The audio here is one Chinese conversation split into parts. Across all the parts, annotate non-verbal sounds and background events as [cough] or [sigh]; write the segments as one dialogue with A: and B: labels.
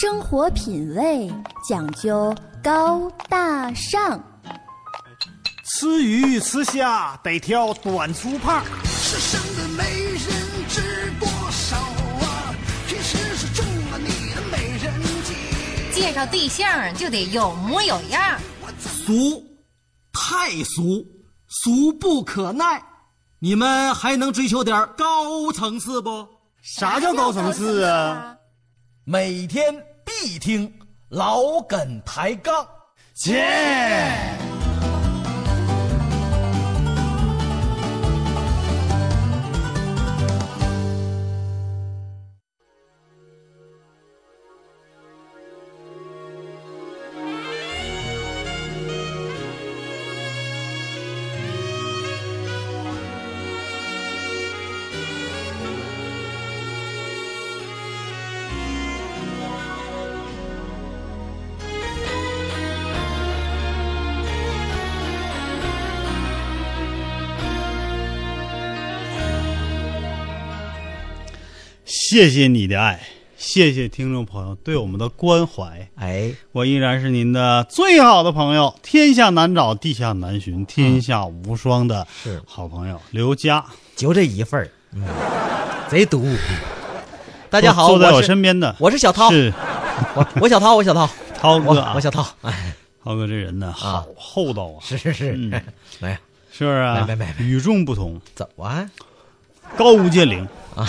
A: 生活品味讲究高大上，
B: 吃鱼吃虾得挑短粗胖，
C: 世上的美人知多少啊？平时是中了你的美人计。
D: 介绍对象就得有模有样，
E: 俗，太俗，俗不可耐。你们还能追求点高层次不？
B: 啥叫高层次啊？
E: 每天必听老梗抬杠，
B: 切！谢谢你的爱，谢谢听众朋友对我们的关怀。
E: 哎，
B: 我依然是您的最好的朋友，天下难找，地下难寻，天下无双的
E: 嗯是
B: 好朋友刘佳。
E: 就这一份儿，嗯，贼毒。 [laughs] 大家好，
B: 坐在
E: 我
B: 我
E: 是
B: 身边的
E: 我是小涛，
B: 是
E: 我我小涛，我小涛，
B: 涛
E: 我
B: 哥啊
E: 我，小涛， [laughs] 哎，
B: 涛哥这人呢，好厚道啊，
E: 是是是，哎
B: 嗯
E: 来
B: 是不是啊？
E: 没没没没
B: 与众不同，
E: 走啊！
B: 高屋建瓴
E: 啊，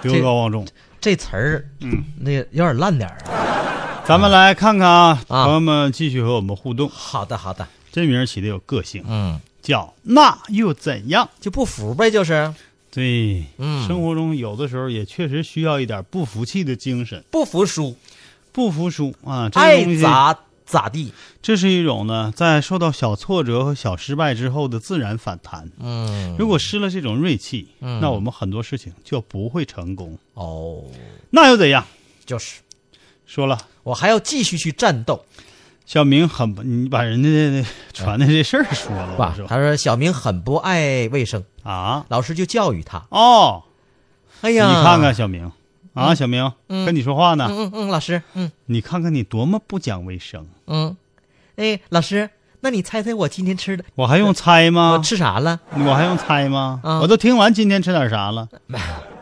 B: 德高望重。
E: 这词儿，嗯，那个有点烂点儿啊。
B: 咱们来看看啊，
E: 啊
B: 朋友们继续和我们互动。
E: 好的好的，
B: 这名儿起的有个性，
E: 嗯，
B: 叫那又怎样？
E: 就不服呗，就是
B: 对，
E: 嗯
B: 生活中有的时候也确实需要一点不服气的精神，
E: 不服输，
B: 不服输啊，这个
E: 爱
B: 东西，
E: 咋咋地。
B: 这是一种呢，在受到小挫折和小失败之后的自然反弹。
E: 嗯，
B: 如果失了这种锐气，
E: 嗯
B: 那我们很多事情就不会成功。
E: 哦，
B: 那又怎样？
E: 就是
B: 说了，
E: 我还要继续去战斗，
B: 小明很不，你把人家的传的这事儿说
E: [laughs]
B: 了，我
E: 是吧
B: 说
E: 他说小明很不爱卫生，
B: 啊，
E: 老师就教育他。
B: 哦，
E: 哎
B: 你
E: 呀，
B: 看看，小明啊，小明
E: 嗯
B: 跟你说话呢，
E: 嗯嗯嗯，老师，嗯
B: 你看看你多么不讲卫生，
E: 嗯，哎，老师，那你猜猜我今天吃的
B: 我还用猜
E: 我
B: 吗？
E: 吃啥了？ [laughs]
B: 我还用猜吗？
E: 啊
B: 我都听完今天吃点啥了。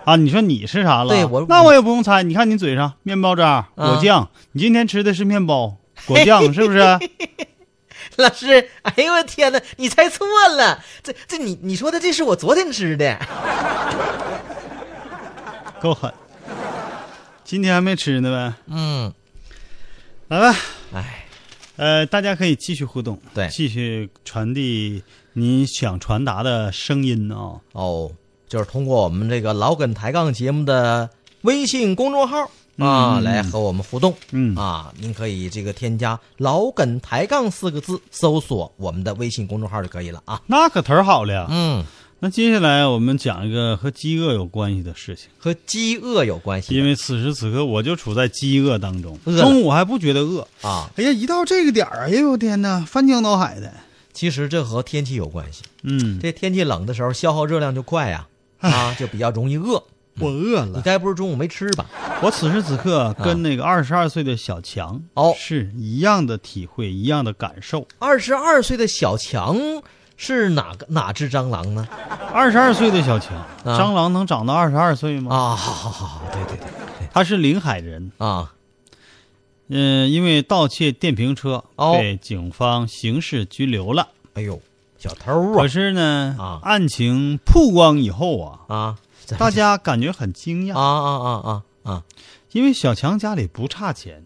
B: 啊，你说你吃啥了？
E: 对我嗯
B: 那我也不用猜。你看你嘴上面包渣、果酱，你今天吃的是面包、果酱，是不
E: [laughs]
B: 啊是？
E: 老师，哎呦我天哪，你猜错了，这这你你说的这是我昨天吃的，
B: 够狠！今天还没吃呢呗？
E: 嗯，
B: 来吧，
E: 哎，
B: 呃，大家可以继续互动，
E: 对
B: 继续传递你想传达的声音啊、
E: 哦，就是通过我们这个老梗抬杠节目的微信公众号啊、
B: 嗯
E: 来和我们互动，
B: 嗯
E: 啊，您可以这个添加“老梗抬杠”四个字，搜索我们的微信公众号就可以了啊，
B: 那可头儿好了。
E: 嗯，
B: 那接下来我们讲一个和饥饿有关系的事情，
E: 和饥饿有关系
B: 因为此时此刻我就处在饥饿当中，
E: 饿了
B: 中午还不觉得饿。
E: 啊，
B: 哎呀，一到这个点儿，哎呦我天哪，翻江倒海的。
E: 其实这和天气有关系，
B: 嗯，
E: 这天气冷的时候消耗热量就快呀、啊，就比较容易饿。
B: 我饿
E: 你
B: 了。
E: 该不是中午没吃吧？
B: 我此时此刻跟那个二十二岁的小强
E: 哦
B: 是一样的体会，一样的感受。
E: 二十二岁的小强是哪个哪只蟑螂呢？
B: 二十二岁的小强，蟑螂能长到二十二岁
E: 啊，
B: 吗？
E: 好好好，好对对对，
B: 他是临海人，
E: 啊，
B: 嗯、因为盗窃电瓶车、
E: 哦
B: 被警方刑事拘留了。
E: 哎呦，小偷
B: 可
E: 啊
B: 是呢，
E: 啊
B: 案情曝光以后啊，
E: 啊！咱
B: 大家感觉很惊
E: 啊
B: 讶，
E: 啊啊啊啊！
B: 因为小强家里不差钱，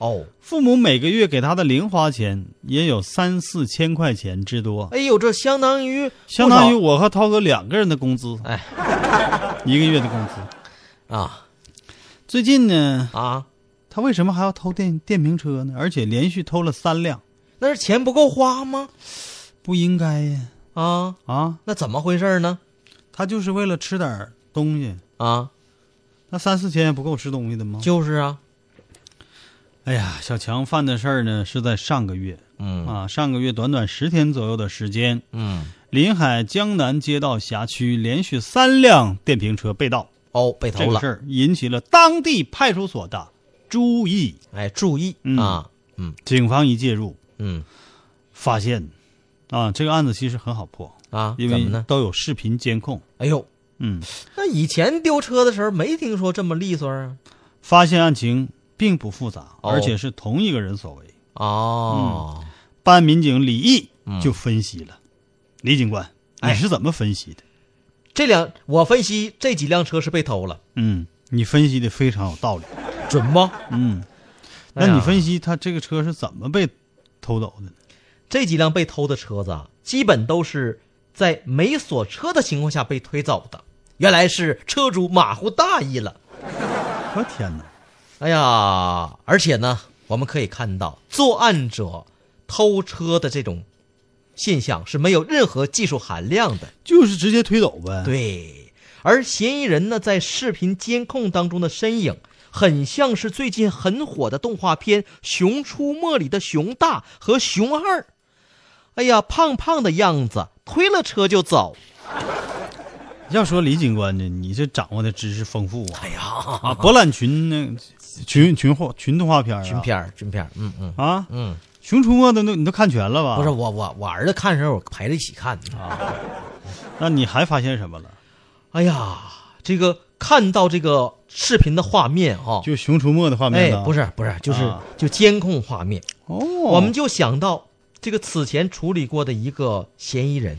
E: 哦，
B: 父母每个月给他的零花钱也有三四千块钱之多，
E: 哎呦，这相当于
B: 相当于
E: 不
B: 我和涛哥两个人的工资，
E: 哎，
B: [laughs] 一个月的工资。
E: 少啊
B: 最近呢，
E: 啊，
B: 他为什么还要偷电电瓶车呢？而且连续偷了三辆，
E: 那是钱不够花吗？
B: 不应该呀！
E: 啊，
B: 啊，
E: 那怎么回事呢？
B: 他就是为了吃点儿东西，
E: 啊，
B: 那三四千也不够吃东西的吗？
E: 就是啊，
B: 哎呀，小强犯的事儿呢是在上个月
E: 嗯
B: 啊，上个月短短十天左右的时间，
E: 嗯，
B: 临海江南街道辖区连续三辆电瓶车被盗，
E: 哦，被偷
B: 这个
E: 了
B: 事，儿引起了当地派出所的注意。
E: 哎，注意、
B: 嗯
E: 啊，嗯
B: 警方一介入，
E: 嗯
B: 发现啊，这个案子其实很好破，
E: 啊，
B: 因
E: 怎
B: 为
E: 么呢？
B: 都有视频监控。
E: 哎呦，
B: 嗯，
E: 那以前丢车的时候没听说这么利索啊？
B: 发现案情并不复杂，
E: 哦
B: 而且是同一个人所为。嗯
E: 哦，
B: 办案民警李毅
E: 嗯
B: 就分析了，李警官，你
E: 哎
B: 是怎么分析的？
E: 这两我分析这几辆车是被偷了，
B: 嗯，你分析的非常有道理。
E: 准吗？
B: 嗯，
E: 哎
B: 那
E: 呀
B: 你分析他这个车是怎么被偷走的呢？
E: 这几辆被偷的车子啊，基本都是在没锁车的情况下被推走的。原来是车主马虎大意了。
B: 我天哪！
E: 哎呀，而且呢，我们可以看到作案者偷车的这种现象是没有任何技术含量的。
B: 就是直接推走呗。，
E: 对，而嫌疑人呢，在视频监控当中的身影，很像是最近很火的动画片《熊出没》里的熊大和熊二。哎呀，胖胖的样子，推了车就走。
B: 要说李警官呢，你这掌握的知识丰富啊！哎呀，啊、博览群呢，群群画群动画片、啊、
E: 军片儿，军片儿，嗯嗯
B: 啊，
E: 嗯，
B: 熊出没的那你都看全了吧？
E: 不是，我我我儿子看的时候，我陪着一起看的。
B: 那你还发现什么了？
E: 啊哎呀，这个看到这个视频的画面啊、
B: 就熊出没的画面
E: 哎
B: 呢？，
E: 不是不是，就是、
B: 啊
E: 就监控画面，
B: 哦，
E: 我
B: 我
E: 们就想到这个此前处理过的一个嫌疑人，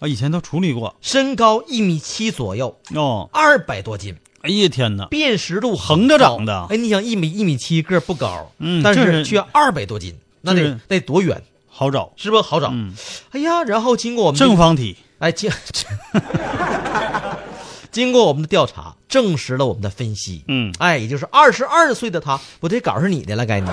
B: 啊以前都处理过
E: 身高一米七左右，
B: 哦。
E: 二百多斤，
B: 哎呀天哪！
E: 辨识度
B: 横着长的
E: 很高哎，你想一米一米七个儿不高，
B: 嗯
E: 但
B: 这
E: 是
B: 人
E: 却二百多斤，那
B: 这
E: 得
B: 人
E: 得多远，
B: 好找，
E: 是不是好找？
B: 嗯
E: 哎呀，然后经过我们的
B: 正方体
E: 哎，经 [laughs] 经过我们的调查，证实了我们的分析。
B: 嗯
E: 哎，也就是二十二岁的他，我这稿是你的了，该你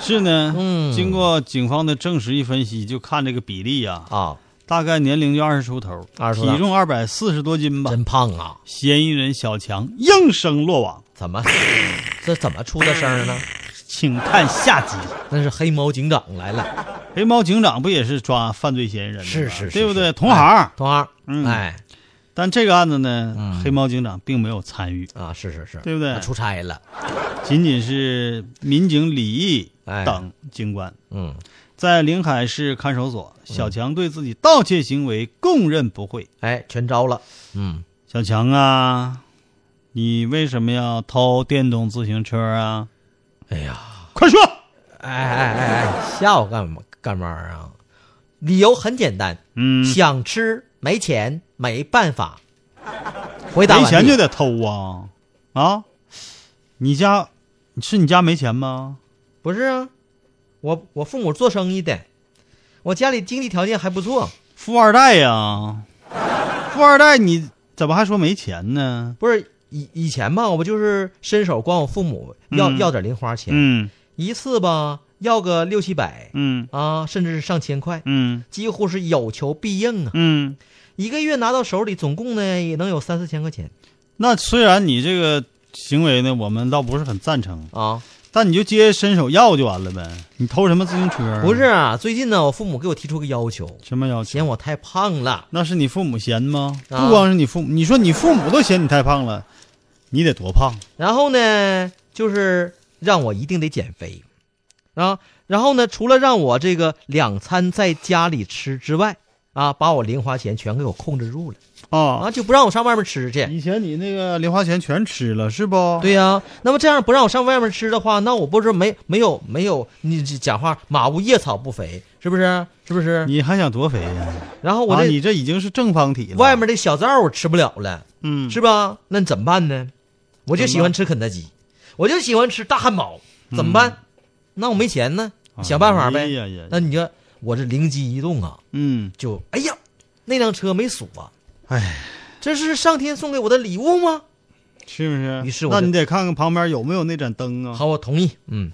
B: 是呢。
E: 嗯
B: 经过警方的证实一分析，就看这个比例呀、
E: 啊，
B: 大概年龄就二十出头，
E: 20出头
B: 体重二百四十多斤吧。
E: 真胖啊！
B: 嫌疑人小强应声落网，
E: 怎么这怎么出的声儿呢？
B: 请看下集。
E: 那是黑猫警长来了，
B: 黑猫警长不也是抓犯罪嫌疑人的吗？
E: 是是是
B: 对不对？
E: 是
B: 同行。
E: 同行，
B: 嗯
E: 哎
B: 但这个案子呢，
E: 嗯
B: 黑猫警长并没有参与，
E: 啊，是是是，
B: 对不对
E: 他出差了，
B: 仅仅是民警李毅
E: 哎
B: 等警官、
E: 嗯，
B: 在临海市看守所，小强对自己盗窃行为供认不讳。
E: 哎，全招了，嗯，
B: 小强啊，你为什么要偷电动自行车啊？
E: 哎呀，
B: 快说！
E: 哎哎哎哎，吓我干嘛干嘛啊？理由很简单，
B: 嗯，
E: 想吃没钱没办法。回答
B: 没
E: 完
B: 钱
E: 毕
B: 就得偷啊啊！你家是你家没钱吗？
E: 不是啊，我我父母做生意的，我家里经济条件还不错。
B: 富二代呀、富二代你怎么还说没钱呢？
E: 不是以以前吧，我不就是伸手管我父母要、
B: 嗯
E: 要点零花钱，
B: 嗯
E: 一次吧要个六七百
B: 嗯
E: 啊，甚至是上千块，
B: 嗯
E: 几乎是有求必应啊。
B: 嗯。
E: 一个月拿到手里，总共呢也能有三四千块钱
B: 那虽然你这个行为呢，我们倒不是很赞成，
E: 啊。
B: 但你就直接伸手要就完了呗。你偷什么自行车啊？
E: 不是啊，最近呢，我父母给我提出个要求，
B: 什么要求？
E: 嫌我太胖了。
B: 那是你父母嫌吗？
E: 啊
B: 不光是你父母，你说你父母都嫌你太胖了，你得多胖？
E: 然后呢，就是让我一定得减肥啊。然后呢，除了让我这个两餐在家里吃之外，啊，把我零花钱全给我控制住了
B: 啊！
E: 啊，就不让我上外面吃去。
B: 以前你那个零花钱全吃了是不？
E: 对呀、那么这样不让我上外面吃的话，那我不是没没有没有，你这讲话马无夜草不肥，是不是？是不是？
B: 你还想多肥呀、
E: 然后我
B: 啊，
E: 这、
B: 你这已经是正方体了。
E: 外面这小灶我吃不了了，
B: 嗯，
E: 是吧？那你怎么办呢？我就
B: 怎么嗯
E: 喜欢吃肯德基，我就喜欢吃大汉堡，怎么办？那我没钱呢，想办法
B: 哎
E: 呗。
B: 呀呀，
E: 那你就我这灵机一动啊，
B: 嗯，
E: 就哎呀，那辆车没锁、啊，
B: 哎，
E: 这是上天送给我的礼物吗？
B: 是不是？
E: 于是我
B: 那
E: 就
B: 你得看看旁边有没有那盏灯啊。
E: 好，我同意，
B: [laughs]
E: 嗯。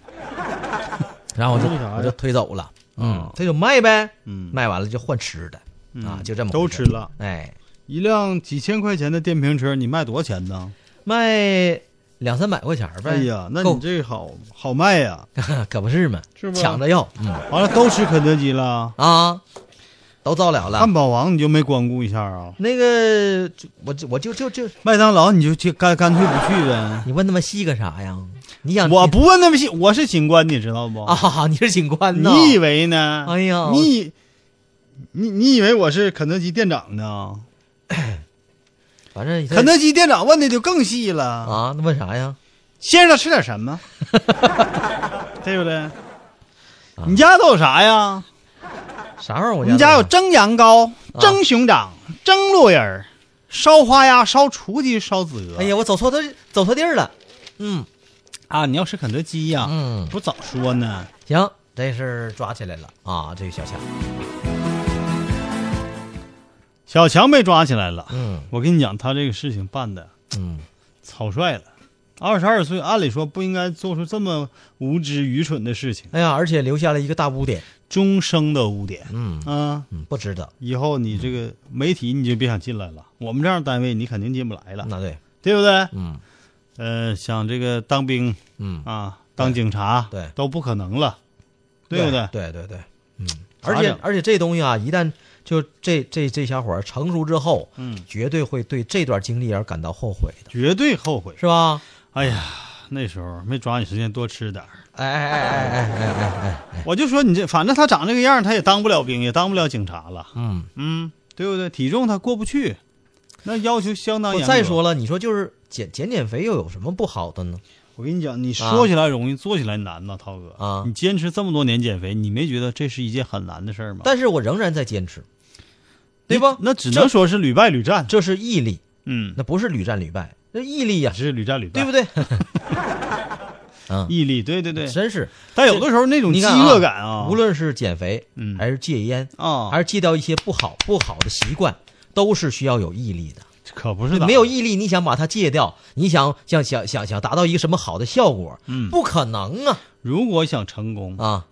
E: 然后我就
B: 为啥呀
E: 我就推走了，嗯
B: 啊，
E: 推走卖呗，
B: 嗯
E: 卖完了就换吃的，啊，就这么
B: 都
E: 回事
B: 吃了，
E: 哎，
B: 一辆几千块钱的电瓶车，你卖多少钱呢？
E: 卖两三百块钱呗，
B: 哎呀，那
E: 够
B: 你这好好卖呀、
E: [laughs] 可不是嘛，
B: 是吧
E: 抢着要，嗯
B: 完了，都吃肯德基了，
E: 啊，都造了了
B: 汉。堡王你就没光顾一下啊？
E: 那个，就我就我就就就
B: 麦当劳你就去干干脆不去呗？
E: 你问那么细干啥呀？你想
B: 我不问那么细，我是警官，你知道不？
E: 啊？你是警官呐？
B: 你以为呢？
E: 哎呀
B: 你以你你以为我是肯德基店长呢？
E: 反正
B: 肯德基店长问的就更细了，
E: 啊，那问啥呀？
B: 先让他吃点什
E: [laughs]
B: 么，对不
E: 啊
B: 对？你家都有啥呀？
E: 啥啊玩意儿？我
B: 我们家有
E: 的
B: 蒸羊羔、蒸熊掌、蒸鹿眼儿、烧花鸭、烧雏鸡、烧子鹅。
E: 哎呀，我走错地走错地儿了。嗯
B: 啊，你要吃肯德基呀、
E: 嗯，
B: 不早说呢。
E: 行，这事儿抓起来了啊，这个小强。
B: 小强被抓起来了。
E: 嗯
B: 我跟你讲，他这个事情办的
E: 嗯，
B: 草率了。二十二岁，按理说不应该做出这么无知愚蠢的事情，
E: 哎呀，而且留下了一个大污点。
B: 终生的污点
E: 嗯
B: 啊！
E: 嗯，不值得。
B: 以后你这个媒体你就别想进来了，我们这样单位你肯定进不来了，
E: 那对，
B: 对不对？
E: 嗯
B: 呃，想这个当兵
E: 嗯，
B: 啊，当警察，
E: 对
B: 都不可能了，对不对？
E: 对对对，嗯。
B: 咋
E: 而且
B: 整
E: 而且这东西啊，一旦就这这这小伙儿成熟之后，
B: 嗯，
E: 绝对会对这段经历而感到后悔的，
B: 绝对后悔。
E: 是吧？
B: 哎呀，那时候没抓紧时间多吃点儿。
E: 哎哎哎哎哎哎哎哎，
B: 我就说你这，反正他长这个样儿，他也当不了兵，也当不了警察了，
E: 嗯。
B: 嗯，对不对？体重他过不去，那要求相当
E: 不
B: 严格。
E: 再说了，你说就是减减减肥又有什么不好的呢？
B: 我跟你讲，你说起来容易，做起来难呐，涛哥
E: 啊
B: 你坚持这么多年减肥，你没觉得这是一件很难的事儿吗？
E: 但是我仍然在坚持，
B: 你
E: 对吧？
B: 那只能说是屡败屡战。
E: 这是毅力，
B: 嗯，
E: 那不是屡战屡败，那毅力呀、
B: 只是屡战屡败，
E: 对
B: [laughs]
E: 不对？嗯，
B: 毅力，对对对。
E: 真是
B: 但有的时候那种
E: 你
B: 饥
E: 看
B: 饿感啊，
E: 无论是减肥，
B: 嗯
E: 还是戒烟，
B: 啊，
E: 还是戒掉一些不好不好的习惯，都是需要有毅力的。
B: 可不是啊咋
E: 没有毅力，你想把它戒掉，你想想想想想达到一个什么好的效果，
B: 嗯
E: 不可能啊
B: 如果想成功，
E: 啊！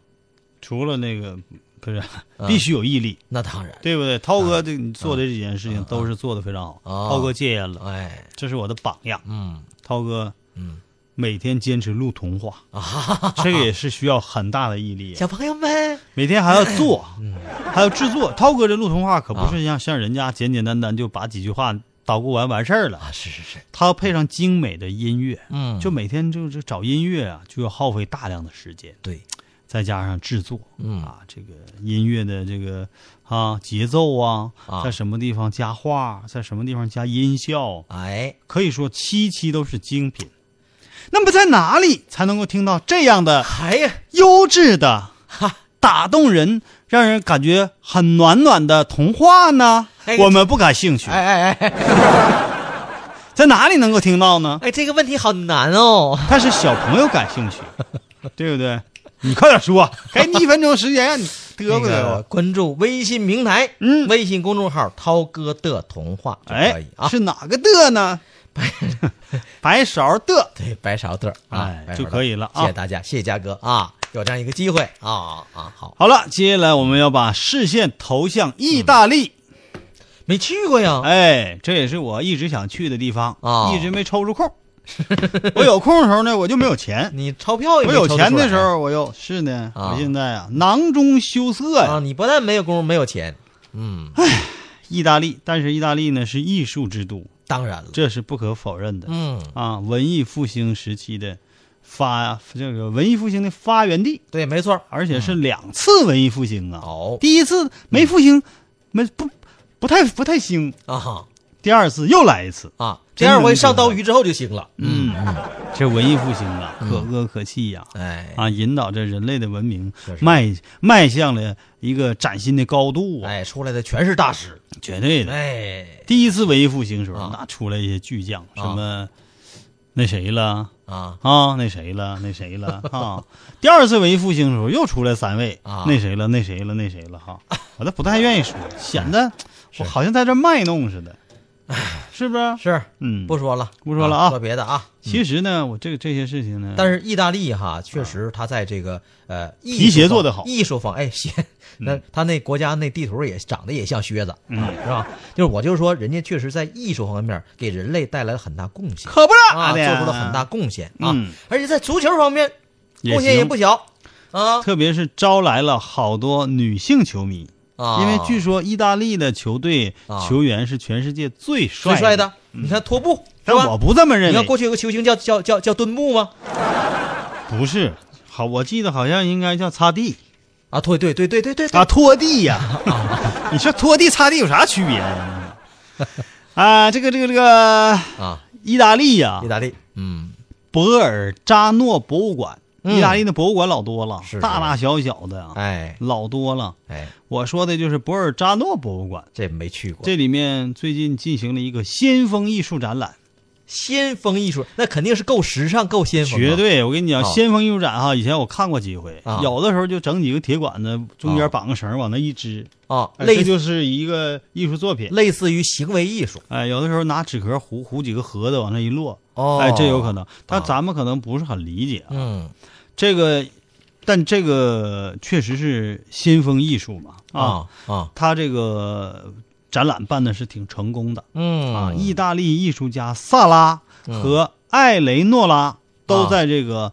B: 除了那个不是，
E: 嗯
B: 必须有毅力，
E: 那当然，
B: 对不对？涛
E: 嗯
B: 哥这你做的这几件事情都是做的非常好。
E: 啊
B: 涛哥戒烟了，
E: 哎，
B: 这是我的榜样。
E: 嗯
B: 涛哥
E: 嗯
B: 每天坚持录童
E: [laughs]
B: 话，
E: 啊哈哈，
B: 这个也是需要很大的毅力，
E: 小朋友们，
B: 每天还要做，
E: 嗯
B: 还要制作。涛哥这录童话可不
E: 啊
B: 是像像人家简简单单就把几句话捣鼓完完事儿了，
E: 啊，是是是，
B: 他配上精美的音乐，
E: 嗯，
B: 就每天就就找音乐啊，就要耗费大量的时间。
E: 对，
B: 再加上制作，
E: 嗯
B: 啊，这个音乐的这个啊节奏啊，
E: 啊
B: 在什么地方加画，在什么地方加音效，
E: 哎，
B: 可以说七期都是精品。那么在哪里才能够听到这样的
E: 哎呀，
B: 优质 [laughs] 的、打动人、让人感觉很暖暖的童话呢？
E: 哎
B: 我们不感兴趣。
E: 哎哎哎哎，
B: 在哪里能够听到 [laughs] 呢？
E: 哎，这个问题好难哦。
B: 但是小朋友感兴趣，对不对？你快点说，给你一分钟时间，让你嘚
E: 那
B: 不
E: 个
B: 嘚
E: 关注微信平台，
B: 嗯
E: 微信公众号“涛哥的童话”就可
B: 哎
E: 以，啊。
B: 是哪个的
E: [laughs]
B: 呢？白白勺的，
E: 对， [laughs] 白勺嘚儿啊
B: 哎，
E: 白勺嘚
B: 就
E: 儿
B: 可以了
E: 谢
B: 啊
E: 谢。大家，谢谢嘉哥啊，有这样一个机会啊啊，好，
B: 好了，接下来我们要把视线投向意大利。
E: 没去过呀，
B: 哎，这也是我一直想去的地方，
E: 哦
B: 一直没抽出
E: [laughs]
B: 空。我有空的时候呢，我就没有钱；
E: 你钞票也 [laughs]
B: 我
E: 没
B: 有
E: 抽得
B: 钱
E: 出来
B: 的时候，我又是呢。
E: 啊
B: 我现在啊，囊中羞涩呀、
E: 啊，你不但没有工夫，没有钱，嗯，
B: 哎意大利，但是意大利呢是艺术之都，
E: 当然了，
B: 这是不可否认的。
E: 嗯，
B: 啊，文艺复兴时期的发这个文艺复兴的发源地，
E: 对，没错，
B: 而且
E: 嗯
B: 是两次文艺复兴啊。
E: 好
B: 第一次没复兴，没不不太不太兴，
E: 啊
B: 第二次又来一次。
E: 啊，这
B: 真
E: 样我
B: 能
E: 一上
B: 明白
E: 刀鱼之后就行了，
B: 嗯，这文艺复兴啊，可歌可泣呀、
E: 哎，
B: 啊，引导着人类的文明
E: 是是
B: 迈迈向了一个崭新的高度啊，
E: 哎，出来的全是大师，
B: 绝对的。
E: 哎，
B: 第一次文艺复兴时候
E: 啊，
B: 那出来一些巨匠，什
E: 啊
B: 么那谁了
E: 啊
B: 啊，那谁了，那谁了啊。 [laughs] 第二次文艺复兴时候又出来三位
E: 啊
B: 那谁了，那谁了，那谁了 [laughs] 哈。我都不太愿意说，显得我好像在这卖弄似的，是不是？
E: 是，
B: 嗯，
E: 不说了，
B: 不说了啊
E: 说别的啊。
B: 其实呢，我这个这些事情呢，
E: 但
B: 是
E: 是意大利哈，确实他在这个呃艺
B: 嗯皮鞋
E: 术方
B: 做得好
E: 艺术方哎鞋，那他那国家那地图也长得也像靴子，
B: 嗯
E: 是吧？就是我就是说，人家确实在艺术方面给人类带来了很大贡献，
B: 可不
E: 啊，
B: 咋
E: 做
B: 的，
E: 出了很大。贡献啊
B: 嗯，
E: 而且在足球方面
B: 也
E: 贡献也
B: 行
E: 不小啊
B: 特别是招来了好多女性球迷，
E: 啊，
B: 因为据说意大利的球队
E: 啊
B: 球员是全世界最帅嗯
E: 最帅的，你看拖布是
B: 但
E: 吧？
B: 我不这么认为。
E: 你看过去有个球星叫叫叫叫墩布吗？
B: 不是，好，我记得好像应该叫擦地
E: [laughs] 啊，对对对对对对对
B: 啊，拖地呀、 [laughs] 你说拖地擦地有啥区别呀、 [laughs] 啊？这个这个这个
E: 啊，
B: 意大利呀、
E: 意大利，嗯，
B: 博尔扎诺博物馆，
E: 嗯
B: 意大利的博物馆老多了，
E: 是是
B: 大大小小的啊，
E: 哎
B: 老多了。
E: 哎，
B: 我说的就是博尔扎诺博物馆，
E: 这没去过，
B: 这里面最近进行了一个先锋艺术展览，
E: 先锋艺术那肯定是够时尚够先锋啊，
B: 绝对，我跟你讲，
E: 啊
B: 先锋艺术展哈，以前我看过几回
E: 啊，
B: 有的时候就整几个铁管子，中
E: 啊
B: 间绑个绳儿往那一支，
E: 啊，
B: 哎这
E: 类似
B: 就是一个艺术作品。
E: 类似于行为艺术，
B: 哎，有的时候拿纸壳糊糊几个盒子往那一落，
E: 哦
B: 哎，这有可能，但
E: 啊
B: 咱们可能不是很理解啊。
E: 嗯
B: 这个，但这个确实是先锋艺术嘛啊，
E: 啊啊，
B: 他这个展览办的是挺成功的
E: 嗯
B: 啊。意大利艺术家萨拉和艾雷诺
E: 啊
B: 拉都在这个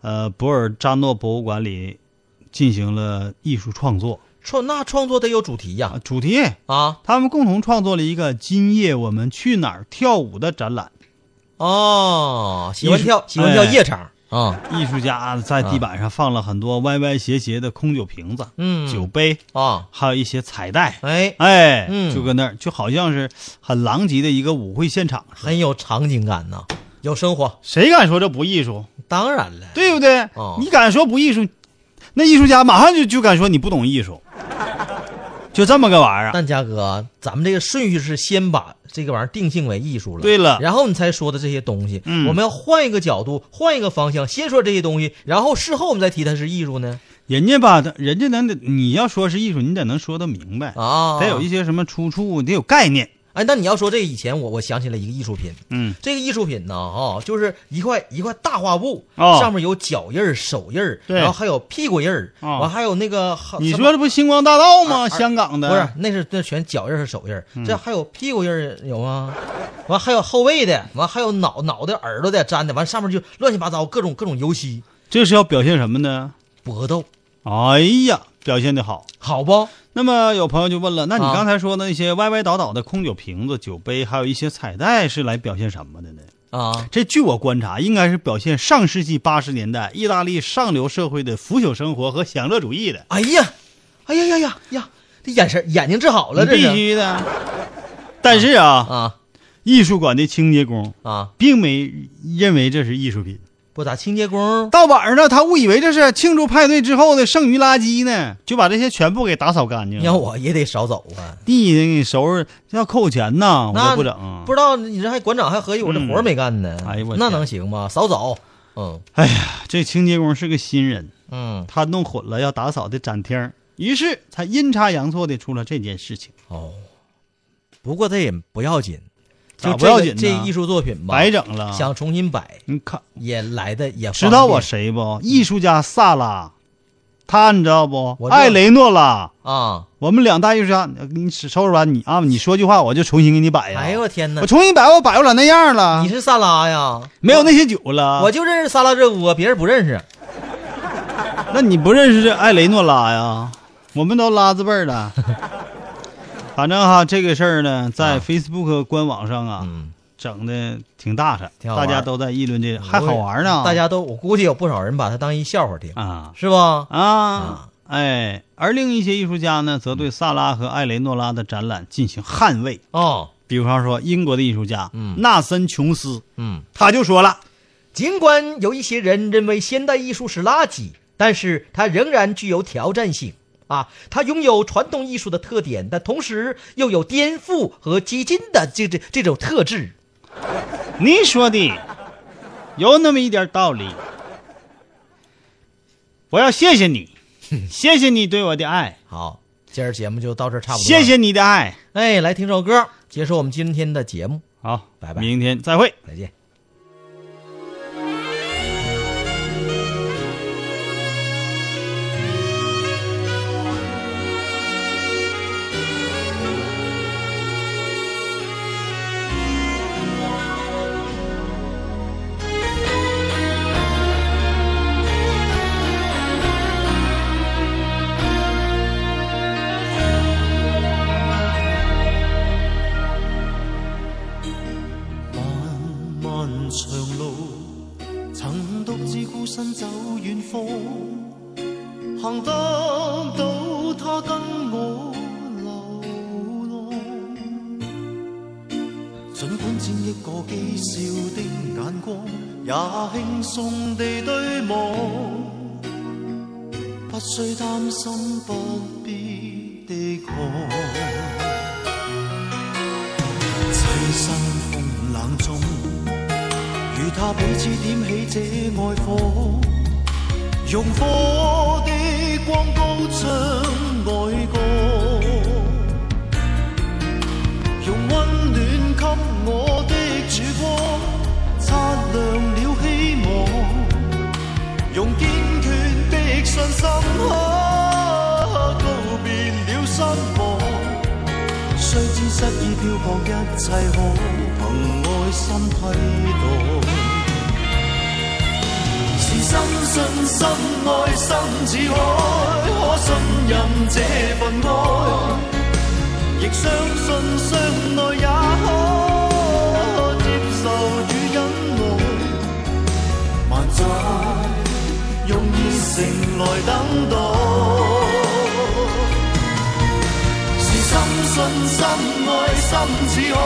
B: 呃博尔扎诺博物馆里进行了艺术创作
E: 创那创作得有主题
B: 啊
E: 呀，
B: 主题。
E: 啊
B: 他们共同创作了一个“今夜我们去哪儿跳舞”的展览，
E: 啊哦，喜
B: 艺
E: 欢
B: 术
E: 跳喜欢跳
B: 哎
E: 夜场啊，
B: 艺术家在地板上放了很多歪歪斜斜的空酒瓶子、
E: 嗯
B: 酒杯，
E: 啊，
B: 还有一些彩带，
E: 哎，
B: 哎，
E: 嗯
B: 就搁那儿，就好像是很狼藉的一个舞会现场。
E: 很有场景感呐，有生活，
B: 谁敢说这不艺术？
E: 当然了，
B: 对不对？
E: 哦
B: 你敢说不艺术，那艺术家马上就就敢说你不懂艺
E: [laughs]
B: 术，就这么个玩意儿。
E: 但嘉哥，咱们这个顺序是先把这个玩意儿定性为艺术了，
B: 对了
E: 然后你才说的这些东西。
B: 嗯
E: 我们要换一个角度，换一个方向，先说这些东西，然后事后我们再提它是艺术呢？
B: 人家吧，他人家能得，你要说是艺术，你得能说得明白，
E: 啊，
B: 得有一些什么出处，得有概念。
E: 哎，那你要说这个以前我我想起来一个艺术品，
B: 嗯，
E: 这个艺术品呢，啊、就是一块一块大画布，
B: 哦
E: 上面有脚印儿、手印儿，
B: 对
E: 然后还有屁股印儿，
B: 哦
E: 完、还有那个还
B: 你
E: 哦什么
B: 说这不星光大道
E: 啊
B: 吗？
E: 啊
B: 香港的
E: 不是，那是嗯那全脚印儿是手印儿，这还有屁股印儿有吗？完还有后背的，完还有脑脑袋、耳朵的粘的，完上面就乱七八糟各种各种油漆，
B: 这是要表现什么呢？
E: 搏斗，
B: 哎呀，表现的好。
E: 好不？
B: 那么有朋友就问了，那你
E: 啊
B: 刚才说的那些歪歪倒倒的空酒瓶子、酒杯，还有一些彩带，是来表现什么的呢？
E: 啊，
B: 这据我观察，应该是表现上世纪八十年代意大利上流社会的腐朽生活和享乐主义的。
E: 哎呀，哎呀呀呀呀，这眼神眼睛治好了，
B: 你
E: 这
B: 必
E: 是
B: 须的。但是啊，
E: 啊
B: 艺术馆的清洁工
E: 啊，
B: 并没认为这是艺术品。
E: 不咋清洁工
B: 到晚上呢，他误以为这是庆祝派对之后的剩余垃圾呢，就把这些全部给打扫干净了。
E: 要我也得少走啊。
B: 地给你收拾要扣钱呐，我
E: 那
B: 都不整。
E: 不知道你这还馆长还合计我这活儿没干呢，
B: 哎呦我
E: 那
B: 天
E: 能行吗？少走，嗯
B: 哎呀，这清洁工是个新人，
E: 嗯，
B: 他弄混了要打扫的展厅儿，于是才阴差阳错的出了这件事情，
E: 哦，不过这也不要紧，就
B: 咋
E: 这
B: 不要
E: 个
B: 紧呢
E: 这艺术作品吧，
B: 白整了。
E: 想重新摆
B: 你看，
E: 也来的也
B: 啊知道我
E: 我
B: 谁不？艺术家萨拉，他你知道不
E: 我？知道
B: 艾雷诺拉，
E: 啊！
B: 我们两大艺术家，你收拾完你啊，你说句话，我就重新给你摆呀。
E: 哎呦我天哪
B: 我！重新摆，我摆不了那样了
E: 你，是萨拉呀？
B: 没有那些酒了。
E: 我就认识萨拉热啊窝，别人不认识。
B: 啊那你不认识这艾雷诺拉呀？我们都拉字辈
E: [laughs]
B: 儿的。反正哈，这个事儿呢，在
E: 啊
B: Facebook 官网上啊，
E: 嗯，
B: 整的挺大声，
E: 挺好
B: 大
E: 玩
B: 家都在议论这，还好玩呢。
E: 大家都我估计有不少人把它当一笑话听，
B: 啊
E: 是吧？
B: 啊，哎，而另一些艺术家呢，则对萨拉和艾雷诺拉的展览进行捍卫。
E: 哦，
B: 比方说，英国的艺术家、
E: 嗯
B: 纳森·琼斯，
E: 嗯。
B: 他就说了，
E: 尽管有一些人认为现代艺术是垃圾，但是它仍然具有挑战性啊！它拥有传统艺术的特点，但同时又有颠覆和激进的这这这种特质。
B: 你说的有那么一点道理。我要谢谢
E: [laughs]
B: 你，谢谢你对我的爱。
E: 好，今儿节目就到这儿差不多。
B: 谢。谢你的爱。
E: 哎，来听首歌，结束我们今天的节目，
B: 好，
E: 拜拜
B: 明天再会。
E: 再见。
F: 我漫长路，曾独自孤身走远方，行得到他跟我流浪。尽管沾一个讥笑的眼光，也轻松地对望，不需担心不必的狂。凄生风冷中，与他彼此点起这爱火，用火的光高唱爱歌，用温暖给我的曙光，擦亮了希望，用坚决的信心啊，告别了失望。虽知失意漂泊，一切可凭愛心替代。是深信深愛心似海，可信任這份愛，亦相信相愛也可接受與忍耐，萬载用熱誠來等待。是深信深愛心似海，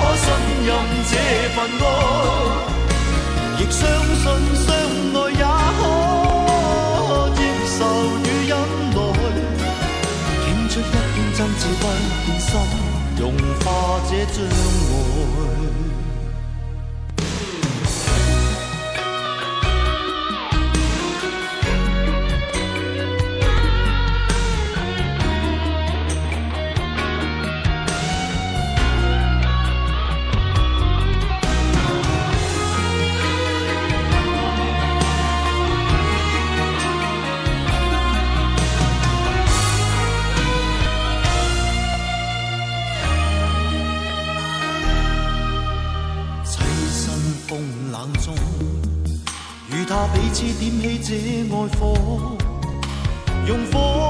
F: 可信任這份愛，亦相信相愛也可接受與忍耐，傾出一片真摯不變心，融化這障礙。凄身風冷中，與他彼此點起這愛火，用火